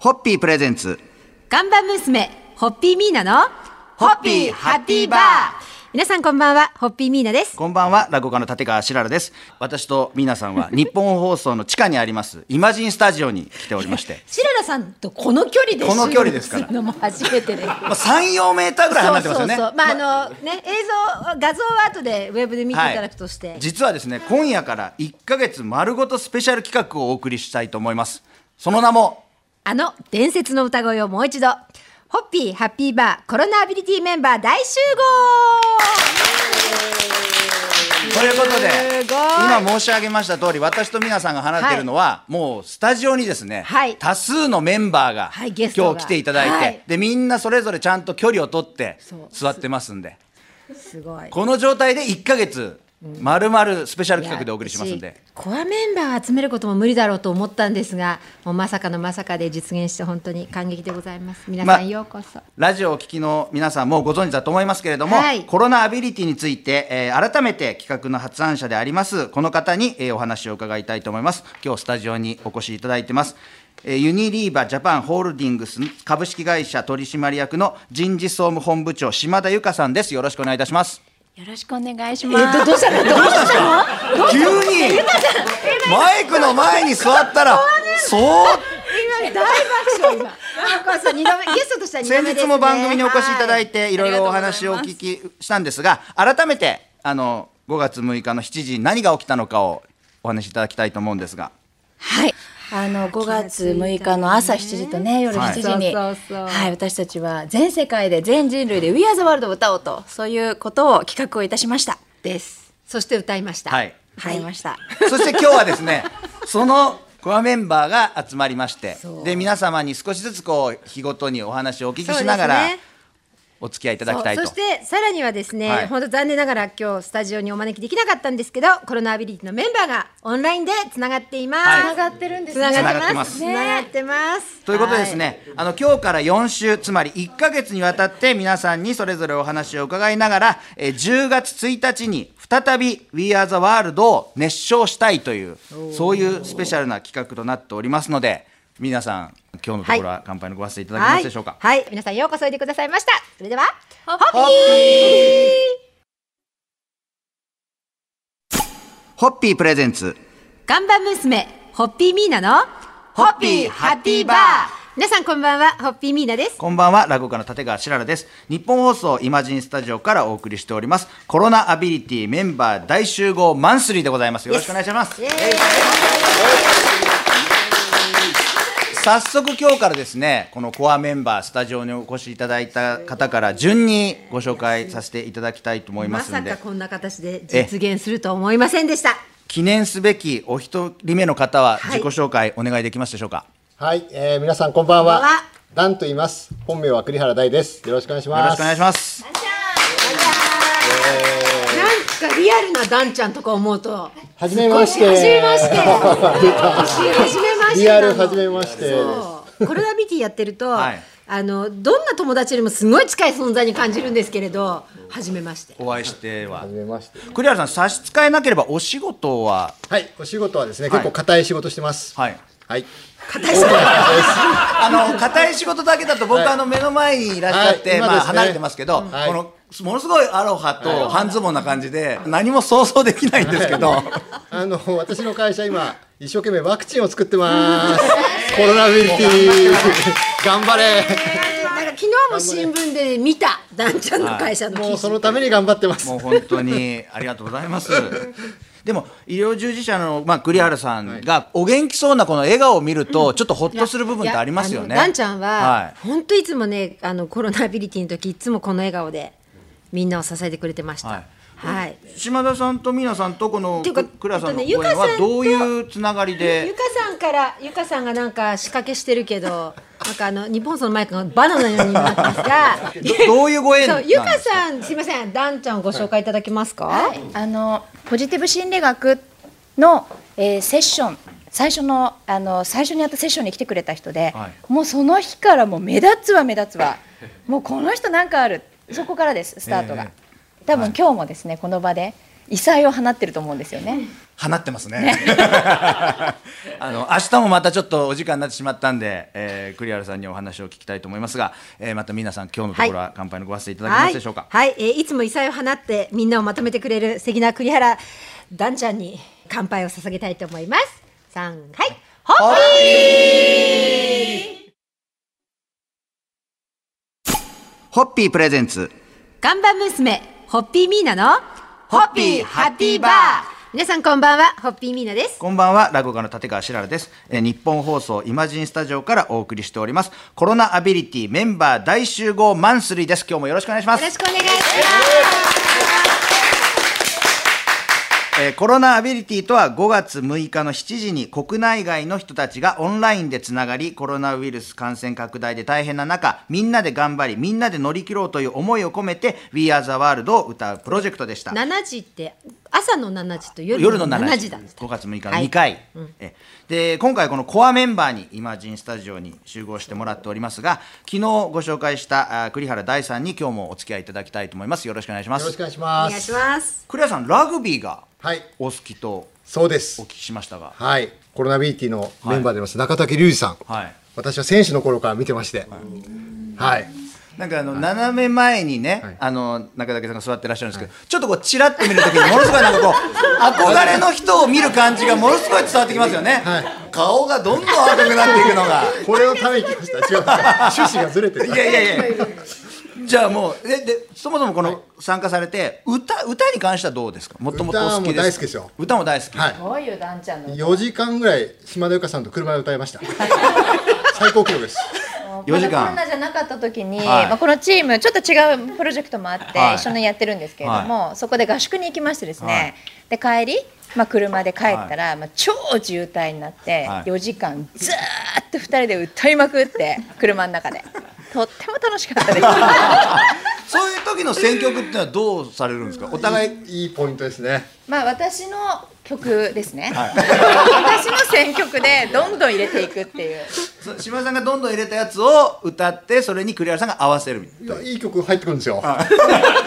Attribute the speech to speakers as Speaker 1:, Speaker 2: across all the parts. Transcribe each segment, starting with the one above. Speaker 1: ホッピープレゼンツ。
Speaker 2: ガンバ娘、ホッピーミーナの、
Speaker 1: ホッピーハッピーバー
Speaker 2: 皆さんこんばんは、ホッピーミーナです。
Speaker 1: こんばんは、落語家の立川しららです。私と皆さん は日本放送の地下にあります、イマジンスタジオに来ておりま して。
Speaker 2: シララさんとこの距離で
Speaker 1: この距離ですから
Speaker 2: 収録るの も初めてで。
Speaker 1: まあ、3、4メーターぐらい離れてますよね。
Speaker 2: まああのね映像画像は後でウェブで見ていただくとして、
Speaker 1: はい実はですね今夜から1か月丸ごとスペシャル企画をお送りしたいと思いますその名も
Speaker 2: あの伝説の歌声をもう一度ホッピーハッピーバーコロナアビリティメンバー大集
Speaker 1: ということです
Speaker 2: ごい
Speaker 1: 今申し上げました通り私と皆さんが離れてるのは、もうスタジオにですね、
Speaker 2: はい
Speaker 1: 多数のメンバーが、
Speaker 2: はいゲ
Speaker 1: 今
Speaker 2: ストが
Speaker 1: 日来ていただいて、
Speaker 2: はい
Speaker 1: でみんなそれぞれちゃんと距離を取って
Speaker 2: そう
Speaker 1: 座ってますんで
Speaker 2: 合すごい
Speaker 1: この状態で1か月丸々スペシャル企画でお送りしますん
Speaker 2: いや
Speaker 1: で。
Speaker 2: 私コアメンバーを集めることも無理だろうと思ったんですがもうまさかのまさかで実現して本当に感激でございます皆
Speaker 1: ま
Speaker 2: さんようこそ、
Speaker 1: ラジオをお聞きの皆さんもご存知だと思いますけれども、
Speaker 2: はい
Speaker 1: コロナアビリティについて、えー改めて企画の発案者でありますこの方に、えーお話を伺いたいと思います今日スタジオにお越しいただいてます、えーユニリーバジャパンホールディングス株式会社取締役の人事総務本部長島田由香さんですよろしくお願いいたします
Speaker 3: よろしくお願い
Speaker 2: え
Speaker 3: しま
Speaker 2: っと
Speaker 3: す。
Speaker 2: どうしたのどうしたの
Speaker 1: 急にマイクの前に座ったらそう
Speaker 2: 今大爆笑今。こそ二度目ゲストとしては二度目
Speaker 1: 先
Speaker 2: で
Speaker 1: 日
Speaker 2: すね
Speaker 1: も番組にお越しいただいて、
Speaker 3: はい
Speaker 1: い、ろいろお
Speaker 3: ありがと
Speaker 1: 話
Speaker 3: う
Speaker 1: を
Speaker 3: ご
Speaker 1: お
Speaker 3: ざいます
Speaker 1: 聞きしたんですが改めてあの5月6日の7時に何が起きたのかをお話しいただきたいと思うんですが
Speaker 3: はい。あの5月6日の朝7時とね夜7時に、
Speaker 2: は
Speaker 3: はいい
Speaker 2: そうそうそう
Speaker 3: 私たちは全世界で全人類で We Are the World を歌おうとそういうことを企画をいたしました。
Speaker 2: です。そして歌いました。
Speaker 1: はい
Speaker 3: 歌いました。
Speaker 1: そして今日はです ねそのコアメンバーが集まりまして
Speaker 2: そう
Speaker 1: で皆様に少しずつこう日ごとにお話をお聞きしながら、
Speaker 2: そうですね
Speaker 1: お付き合いいただきたいと
Speaker 2: そうそしてさらにはですね、
Speaker 1: はい
Speaker 2: 本当残念ながら今日スタジオにお招きできなかったんですけどコロナアビリティのメンバーがオンラインでつながっています、
Speaker 1: はいつ
Speaker 3: ながってるんです
Speaker 2: つな
Speaker 3: ね
Speaker 2: がってます
Speaker 1: つ
Speaker 2: つながってます
Speaker 1: ということでですね、あの今日から4週つまり1か月にわたって皆さんにそれぞれお話を伺いながら、えー10月1日に再び「We Are the World」を熱唱したいというそういうスペシャルな企画となっておりますので皆さん今日のところは乾杯のご発声いただけますでしょうか。
Speaker 2: はい、はい、皆さんようこそおいでくださいましたそれでは
Speaker 3: ホッ
Speaker 2: ホッピ
Speaker 1: ホッピープレゼンツ
Speaker 2: ー看板娘ホッピーミーナの
Speaker 1: ホッピーハッピーバー
Speaker 2: 皆さんこんばんはホッピーミーナです
Speaker 1: こんばんは、落語家の立川しららです。日本放送イマジンスタジオからお送りしております。コロナアビリティメンバー大集合マンスリーでございます。よろしくお願いします。早速今日からですね、このコアメンバースタジオにお越しいただいた方から順にご紹介させていただきたいと思い
Speaker 2: ま
Speaker 1: ます
Speaker 2: さ
Speaker 1: んで
Speaker 2: か、こんな形で実現するとは思いませんでした
Speaker 1: 記念すべきお一人目の方は
Speaker 2: は
Speaker 1: 自
Speaker 2: い
Speaker 1: 己紹介お願いできますでしょうか。
Speaker 4: はい、えー、皆さんこんばん
Speaker 2: こ
Speaker 4: は。
Speaker 2: んばんは
Speaker 4: ダンと言います。本名は栗原大です。よろしくお願いします。
Speaker 1: よろしくお願いし
Speaker 4: ま
Speaker 1: ます。
Speaker 2: なんかリアルなダンちゃんとか思うと
Speaker 4: す。はじめまして。
Speaker 2: 初めまして初めまして
Speaker 4: リアル
Speaker 2: なの
Speaker 4: はじめましてです。
Speaker 2: そうコロナビティやってると、
Speaker 1: はい
Speaker 2: あのどんな友達よりもすごい近い存在に感じるんですけれど初めまして
Speaker 1: お会いしては
Speaker 4: はじ。めまして。
Speaker 1: 栗原さん差し支えなければお仕事は
Speaker 4: はい、お仕事はです
Speaker 1: は
Speaker 4: ね、
Speaker 1: い
Speaker 4: 結構硬い仕事してます。
Speaker 1: はい。
Speaker 4: はい。
Speaker 2: 硬い人だ
Speaker 1: あの硬い仕事だけだと僕、
Speaker 4: はい
Speaker 1: あの目の前にいらっしゃって、
Speaker 4: はい今
Speaker 1: まあ
Speaker 4: ですね
Speaker 1: 離れてますけど、
Speaker 4: はい
Speaker 1: このものすごいアロハと半ズボンな感じで何も想像できないんですけど、
Speaker 4: あの私の会社今一生懸命ワクチンを作っ てます。コロナウイルティ。頑張れ。
Speaker 2: なんか昨日も新聞で見たダンちゃんの会社の記事、
Speaker 4: もうそのために頑張ってます
Speaker 1: もう。本当にありがとうございます。でも医療従事者のまあ栗原さんがお元気そうなこの笑顔を見るとちょっとほっとする部分ってありますよ
Speaker 2: い
Speaker 1: ね。
Speaker 2: やあのダンちゃん
Speaker 1: は
Speaker 2: は、本当い、つもね、あのコロナアビリティの時、いつもこの笑顔で。みんなを支えてくれてました。
Speaker 1: は
Speaker 2: はいい。
Speaker 1: い、島田さんと皆さんとこの
Speaker 2: っていうか
Speaker 1: 栗原さんの
Speaker 2: えっと
Speaker 1: 公演
Speaker 2: ねゆかさ
Speaker 1: は
Speaker 2: んと
Speaker 1: どういうつながり
Speaker 2: ゆ
Speaker 1: で
Speaker 2: かさんから、ゆかさんがなんか仕掛けしてるけど。 なんかあの日本そのマイクがバナナのようになってますが
Speaker 1: どどういうご縁
Speaker 2: そ
Speaker 1: なん
Speaker 2: う
Speaker 1: です
Speaker 2: ゆ
Speaker 1: か
Speaker 2: かさんすいませんダンちゃんをご紹介いただけますか、
Speaker 3: はい、あのポジティブ心理学の、えーセッション最初のあの最初にやったセッションに来てくれた人で、
Speaker 1: はい
Speaker 3: もうその日からもう目立つわ目立つわもうこの人なんかあるそこからですスタートが、
Speaker 1: え
Speaker 3: 多分今日もですねこの場で異彩を放ってると思うんですよね。
Speaker 1: 放ってますね。 あの明日もまたちょっとお時間になってしまったんで、えー、栗原さんにお話を聞きたいと思いますが、えー、また皆さん今日のところは乾杯のご発声いただけますでしょうか。
Speaker 2: はい、はいえーいつも異彩を放ってみんなをまとめてくれる素敵な栗原ダンちゃんに乾杯を捧げたいと思います。さんはい。ホッピ
Speaker 1: ホッピープレゼンツ
Speaker 2: ー看板娘、ホッピーミーナの、
Speaker 1: ホッピーハッピーバー
Speaker 2: 皆さんこんばんは、ホッピーミーナです。
Speaker 1: こんばんは、落語家の立川しららです。えー日本放送イマジンスタジオからお送りしております。コロナアビリティメンバー大集合マンスリーです。今日もよろしくお願いします
Speaker 2: よろ。しくお願いします。
Speaker 1: えーコロナアビリティとは5月6日の7時に国内外の人たちがオンラインでつながりコロナウイルス感染拡大で大変な中みんなで頑張りみんなで乗り切ろうという思いを込めて「We Are the World」を歌うプロジェクトでした
Speaker 2: 7時って朝の7時と夜
Speaker 1: 夜
Speaker 2: の
Speaker 1: の7時
Speaker 2: 7時だった
Speaker 1: 5月6日の2回、えで今回このコアメンバーにイマジンスタジオに集合してもらっておりますが昨日ご紹介したあー栗原大さんに今日もお付き合いいただきたいと思いますよろしくお願いしま
Speaker 4: よろしくお
Speaker 1: す
Speaker 4: 願いし
Speaker 2: お
Speaker 4: ま
Speaker 2: 願いし
Speaker 4: す。
Speaker 2: ます
Speaker 1: 栗原さんラグビーが
Speaker 4: はい、
Speaker 1: お好きと
Speaker 4: そうで
Speaker 1: お
Speaker 4: す
Speaker 1: 聞。きしましたが
Speaker 4: はい、コロナビリティのメンバーであります、中竹隆二さん。
Speaker 1: はい
Speaker 4: 私は選手の頃から見てまして。はい。
Speaker 1: なんかあの斜め前にね、
Speaker 4: はい
Speaker 1: あの中竹さんが座ってらっしゃるんですけど、ちょっとこうちらっと見るときにものすごいなんかこう憧れの人を見る感じがものすごい伝わってきますよね、
Speaker 4: はい
Speaker 1: 顔がどんどん赤くなっていくのが
Speaker 4: これのために来ました。違う。趣旨がずれて
Speaker 1: い
Speaker 4: る。
Speaker 1: やいやいや じゃあもうえでそもそもこの参加されて歌歌に関してはどうですかもともとお好きです
Speaker 4: 歌も大好きですよ
Speaker 1: 歌も大好き、
Speaker 4: はい。
Speaker 3: どういうダンちゃんの
Speaker 4: 4時間ぐらい島田由香さんと車で歌い ました最高記録です
Speaker 1: 4時間
Speaker 3: まだコロナじゃなかった時に、
Speaker 1: はい
Speaker 3: まあ、このチームちょっと違うプロジェクトもあって、
Speaker 1: はい
Speaker 3: 一緒にやってるんですけれども、そこで合宿に行きましてですね、で帰り、まあ、車で帰ったら、まあ、超渋滞になって、
Speaker 1: はい
Speaker 3: 4時間ずーっと2人で歌いまくって車の 中でとっても楽しかったです
Speaker 1: そういう時の選曲っていうのはどうされるんですかお互い
Speaker 4: いいいいポイントですね
Speaker 3: まあ私の曲ですね、 私の選曲でどんどん入れていくっていう
Speaker 1: そ島田さんがどんどん入れたやつを歌ってそれに栗原さんが合わせるみたいない
Speaker 4: やいい曲入ってくるんですよ
Speaker 3: 多分なんか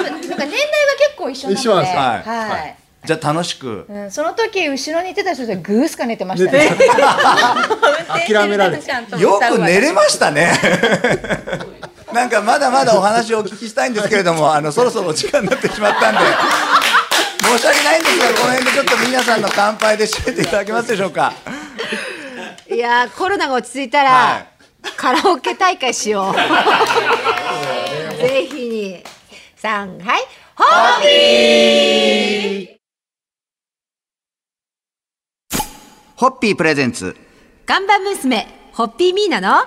Speaker 3: 年代が結構一緒なので
Speaker 4: 一緒なんですよ
Speaker 1: はい
Speaker 3: はい
Speaker 1: じゃあ楽しく
Speaker 3: うん、その時後ろにいてた人でグースか寝てましたね。
Speaker 4: 寝て
Speaker 3: 諦
Speaker 4: 諦められて
Speaker 1: よく寝れましたね。 なんかまだまだお話をお聞きしたいんですけれど も、あのそろそろお時間になってしまったんで。申し訳ないんですが、この辺でちょっと皆さんの乾杯で締めていただけますでしょうか。
Speaker 2: いやーコロナが落ち着いたら、
Speaker 1: はい
Speaker 2: カラオケ大会しよ うぜひにさんはいホッピー
Speaker 1: ホッピープレゼンツ。
Speaker 2: 看板娘ホッピーミーナの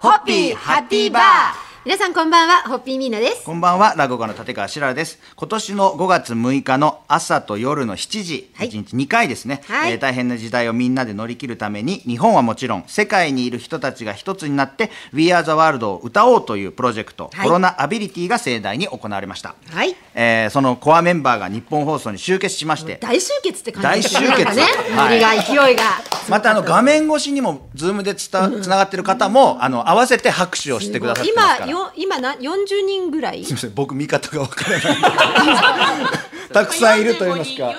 Speaker 1: ホッピーハッピーバー
Speaker 2: 皆さんこんばんはホッピーミーナです
Speaker 1: こんばんは、落語家の立川しららです。今年の5月6日の朝と夜の7時、
Speaker 2: はい
Speaker 1: 1日2回ですね、
Speaker 2: はい
Speaker 1: えー大変な時代をみんなで乗り切るために、日本はもちろん、世界にいる人たちが一つになって、We Are the World を歌おうというプロジェクト、
Speaker 2: はい
Speaker 1: コロナアビリティが盛大に行われました。
Speaker 2: はい
Speaker 1: えーそのコアメンバーが日本放送に集結しまして、
Speaker 2: 大集結って感じですね
Speaker 1: 大集結
Speaker 2: なんかね
Speaker 1: はい
Speaker 2: ノリが勢いが
Speaker 1: またあの画面越しにも、ズームでつたつながってる方も、あの合わせて拍手をしてくださってますか
Speaker 2: 今
Speaker 1: ら。
Speaker 2: よ今な40人ぐらい
Speaker 1: すみません、僕見方がわからない。たくさんいると言いますか。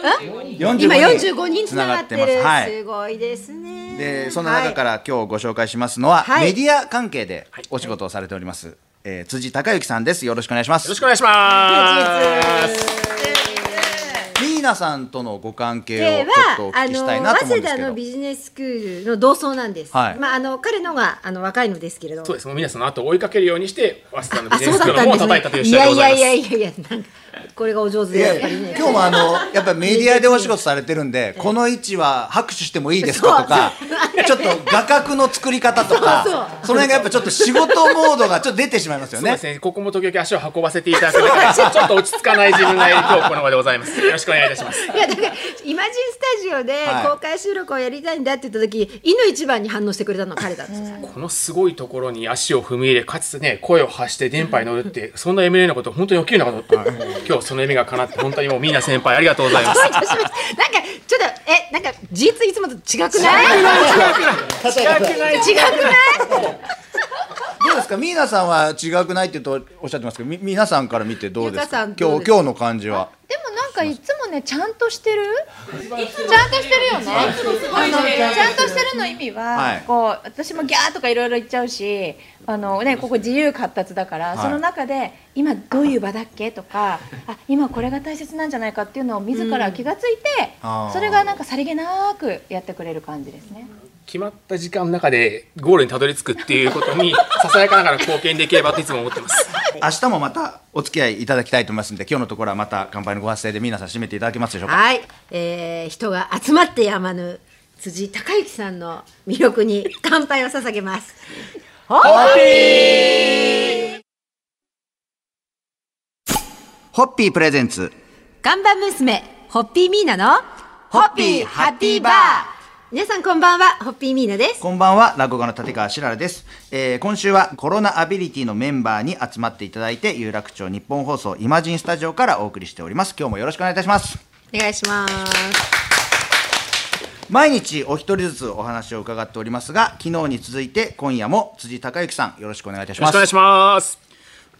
Speaker 1: 今
Speaker 2: 今45人つながってるす,、
Speaker 1: はい。
Speaker 2: ごいですね
Speaker 1: で、その中から今日ご紹介しますのは、
Speaker 2: はい
Speaker 1: メディア関係でお仕事をされております。えー辻孝之さんです。よろしくお願いします。
Speaker 5: よろしくお願いします。
Speaker 1: ミーナさんとのご関係
Speaker 2: で
Speaker 1: をちょっとお
Speaker 2: はあ
Speaker 1: 聞きしたい
Speaker 2: の
Speaker 1: なと思
Speaker 2: 早
Speaker 1: うん
Speaker 2: 稲
Speaker 1: です
Speaker 2: 田
Speaker 1: け
Speaker 2: の
Speaker 1: ど。
Speaker 2: ビジネススクールの同窓なんです、
Speaker 1: はい
Speaker 2: まあ、あの彼のがあの若いのですけれど
Speaker 5: そうです。もう皆さんの後を追いかけるようにして、早稲田のビジネススクール
Speaker 2: あ
Speaker 5: の門を叩いたという試合でございま
Speaker 2: い
Speaker 5: す。
Speaker 2: やいやいやいやなんかこれがお上手
Speaker 1: い
Speaker 2: でや
Speaker 1: や
Speaker 2: っぱりね
Speaker 1: 今日もあのやっぱりメディアでお仕事されてるんでこの位置は拍手してもいいですかとかちょっと画角の作り方とか
Speaker 2: そう
Speaker 1: その辺がやっぱちょっと仕事モードがちょっと出てしまいますよ
Speaker 5: そう
Speaker 1: ね
Speaker 5: ですね。ここも時々足を運ばせていただく中で、ちょっと落ち着かない自分がいる今日この場でござい ます。よろしくお願いいたします。
Speaker 2: いやだからイマジンスタジオで
Speaker 1: はい
Speaker 2: 公開収録をやりたいんだって言った時「いの一番」に反応してくれたのは彼だったんですよ
Speaker 5: このすごいところに足を踏み入れ、かつね、声を発して電波に乗るって、そんな MA のこと、本当に起きるなかった。今日その夢が叶って、本当にもうみんな先輩ありがとうございます。
Speaker 2: なんかちょっとえなんか事実いつもと違くない違くない
Speaker 1: どうですか、ミーナさんは違くないってとおっしゃってますけど、み皆さんから見てどうですか。
Speaker 2: ゆかさんど
Speaker 1: 今
Speaker 2: うで
Speaker 1: 日
Speaker 2: すか
Speaker 1: 今日の感じは。
Speaker 3: でもなんかいつもねちゃんとしてるちゃんとしてるよねあのちゃんとしてるの意味は、
Speaker 1: はい
Speaker 3: こう私もギャーとかいろいろ言っちゃうしあの、ね、ここ自由活発だから、
Speaker 1: い
Speaker 3: その中で今どういう場だっけとかあ今これが大切なんじゃないかっていうのを自ら気がついて、
Speaker 1: あー
Speaker 3: それがなんかさりげなくやってくれる感じですね。
Speaker 5: 決まった時間の中でゴールにたどり着くっていうことにささやかながら貢献できればといつも思ってます
Speaker 1: 明日もまたお付き合いいただきたいと思いますんで今日のところはまた乾杯のご発声で皆さん締めていただけますでしょうか
Speaker 2: はい、えー、人が集まってやまぬ辻孝之さんの魅力に乾杯を捧げます。
Speaker 1: ホッピープレゼンツ
Speaker 2: 看板娘、ホッピーミーナの、
Speaker 1: ホッピーハッピーバー
Speaker 2: 皆さんこんばんは、ホッピーミーナです。
Speaker 1: こんばんは、落語家の立川しららです、えー今週はコロナアビリティのメンバーに集まっていただいて、有楽町日本放送イマジンスタジオからお送りしております。今日もよろしくお願いいたします。
Speaker 2: お願いします。
Speaker 1: 毎日お一人ずつお話を伺っておりますが、昨日に続いて今夜も辻孝之さん、よろしくお願いいたします。
Speaker 5: します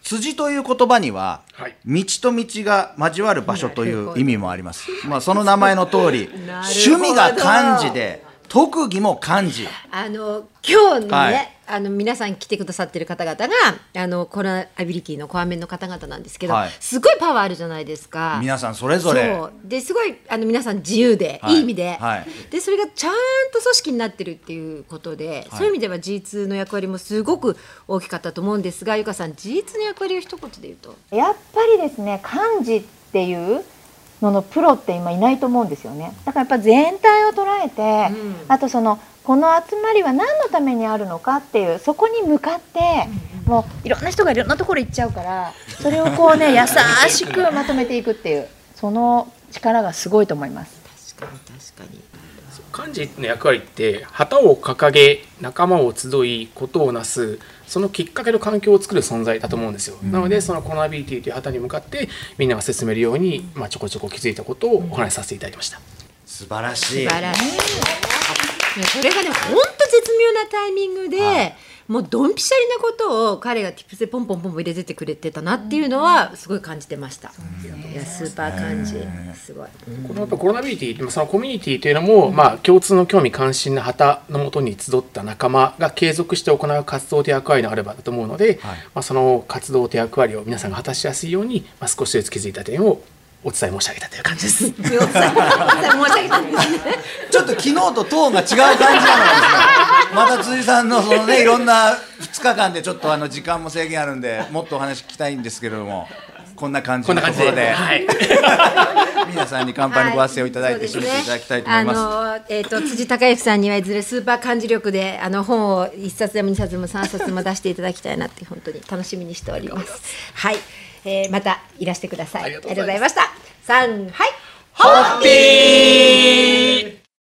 Speaker 1: 辻という言葉には、
Speaker 5: はい
Speaker 1: 道と道が交わる場所という意味もあります。まあ、その名前の 通り、趣味が漢字で、特技も漢字。
Speaker 2: あの、今日ね、
Speaker 1: はい
Speaker 2: あの、皆さん来てくださってる方々が、あの、コロナアビリティのコアメンの方々なんですけど、
Speaker 1: はい
Speaker 2: すごいパワーあるじゃないですか。
Speaker 1: 皆さんそれぞれ
Speaker 2: そうですごいあの皆さん自由で、
Speaker 1: はい
Speaker 2: い、い意味で,、
Speaker 1: はい
Speaker 2: でそれがちゃんと組織になってるっていうことで、そういう意味では G2 の役割もすごく大きかったと思うんですがゆかさん G2 の役割を一言で言うと
Speaker 3: やっぱりですね漢字っていうののプロって今いないと思うんですよねだからやっぱ全体を捉えて、
Speaker 2: うん
Speaker 3: あとそのこの集まりは何のためにあるのかっていうそこに向かって、もういろんな人がいろんなところ行っちゃうからそれをこうね優しくまとめていくっていうその力がすごいと思います。
Speaker 2: 確かに確かに
Speaker 5: 漢字の役割って旗を掲げ仲間を集いことをなすそのきっかけの環境を作る存在だと思うんですよ、なのでそのコロナビリティという旗に向かってみんなが進めるように、まあ、ちょこちょこ気づいたことをお話しさせていただきました、
Speaker 1: 素晴らしい
Speaker 2: 素。晴らしいいやそれがね本当絶妙なタイミングで、もうドンピシャリなことを彼が Tips でポンポンポンポン入れててくれてたなっていうのはすごい感じてました、いやスーパー感じすごい、
Speaker 5: このやっぱコロナビリティでもそのコミュニティというのも、まあ、共通の興味関心の旗のもとに集った仲間が継続して行う活動と役割のあればだと思うので、
Speaker 1: はい
Speaker 5: まあ、その活動と役割を皆さんが果たしやすいように、まあ、少しずつ気づいた点をお伝え申し上げたという感じです。
Speaker 2: 申し上げたんですね。
Speaker 1: ちょっと昨日とトーンが違う感じなのですね。 また辻さんのそのね、いろんな2日間でちょっとあの時間も制限あるんで、もっとお話聞きたいんですけれども、こんな感じ
Speaker 5: こん
Speaker 1: の
Speaker 5: な
Speaker 1: と
Speaker 5: 感じ
Speaker 1: ころ
Speaker 5: で。
Speaker 1: で、
Speaker 5: はい
Speaker 1: 皆さんに乾杯のご発声をいただいて、
Speaker 2: そ
Speaker 1: 締
Speaker 2: う
Speaker 1: め
Speaker 2: で
Speaker 1: て
Speaker 2: すね
Speaker 1: いただきたいと思います。
Speaker 2: あのえっ、と辻孝之さんにはいずれスーパー漢字力であの本を一冊でも二冊でも三冊でも出していただきたいなって本当に楽しみにしております。はい、えー、またいらしてください。あ
Speaker 5: りがとうございます
Speaker 2: りがとうございました。三はい。
Speaker 5: ハッピー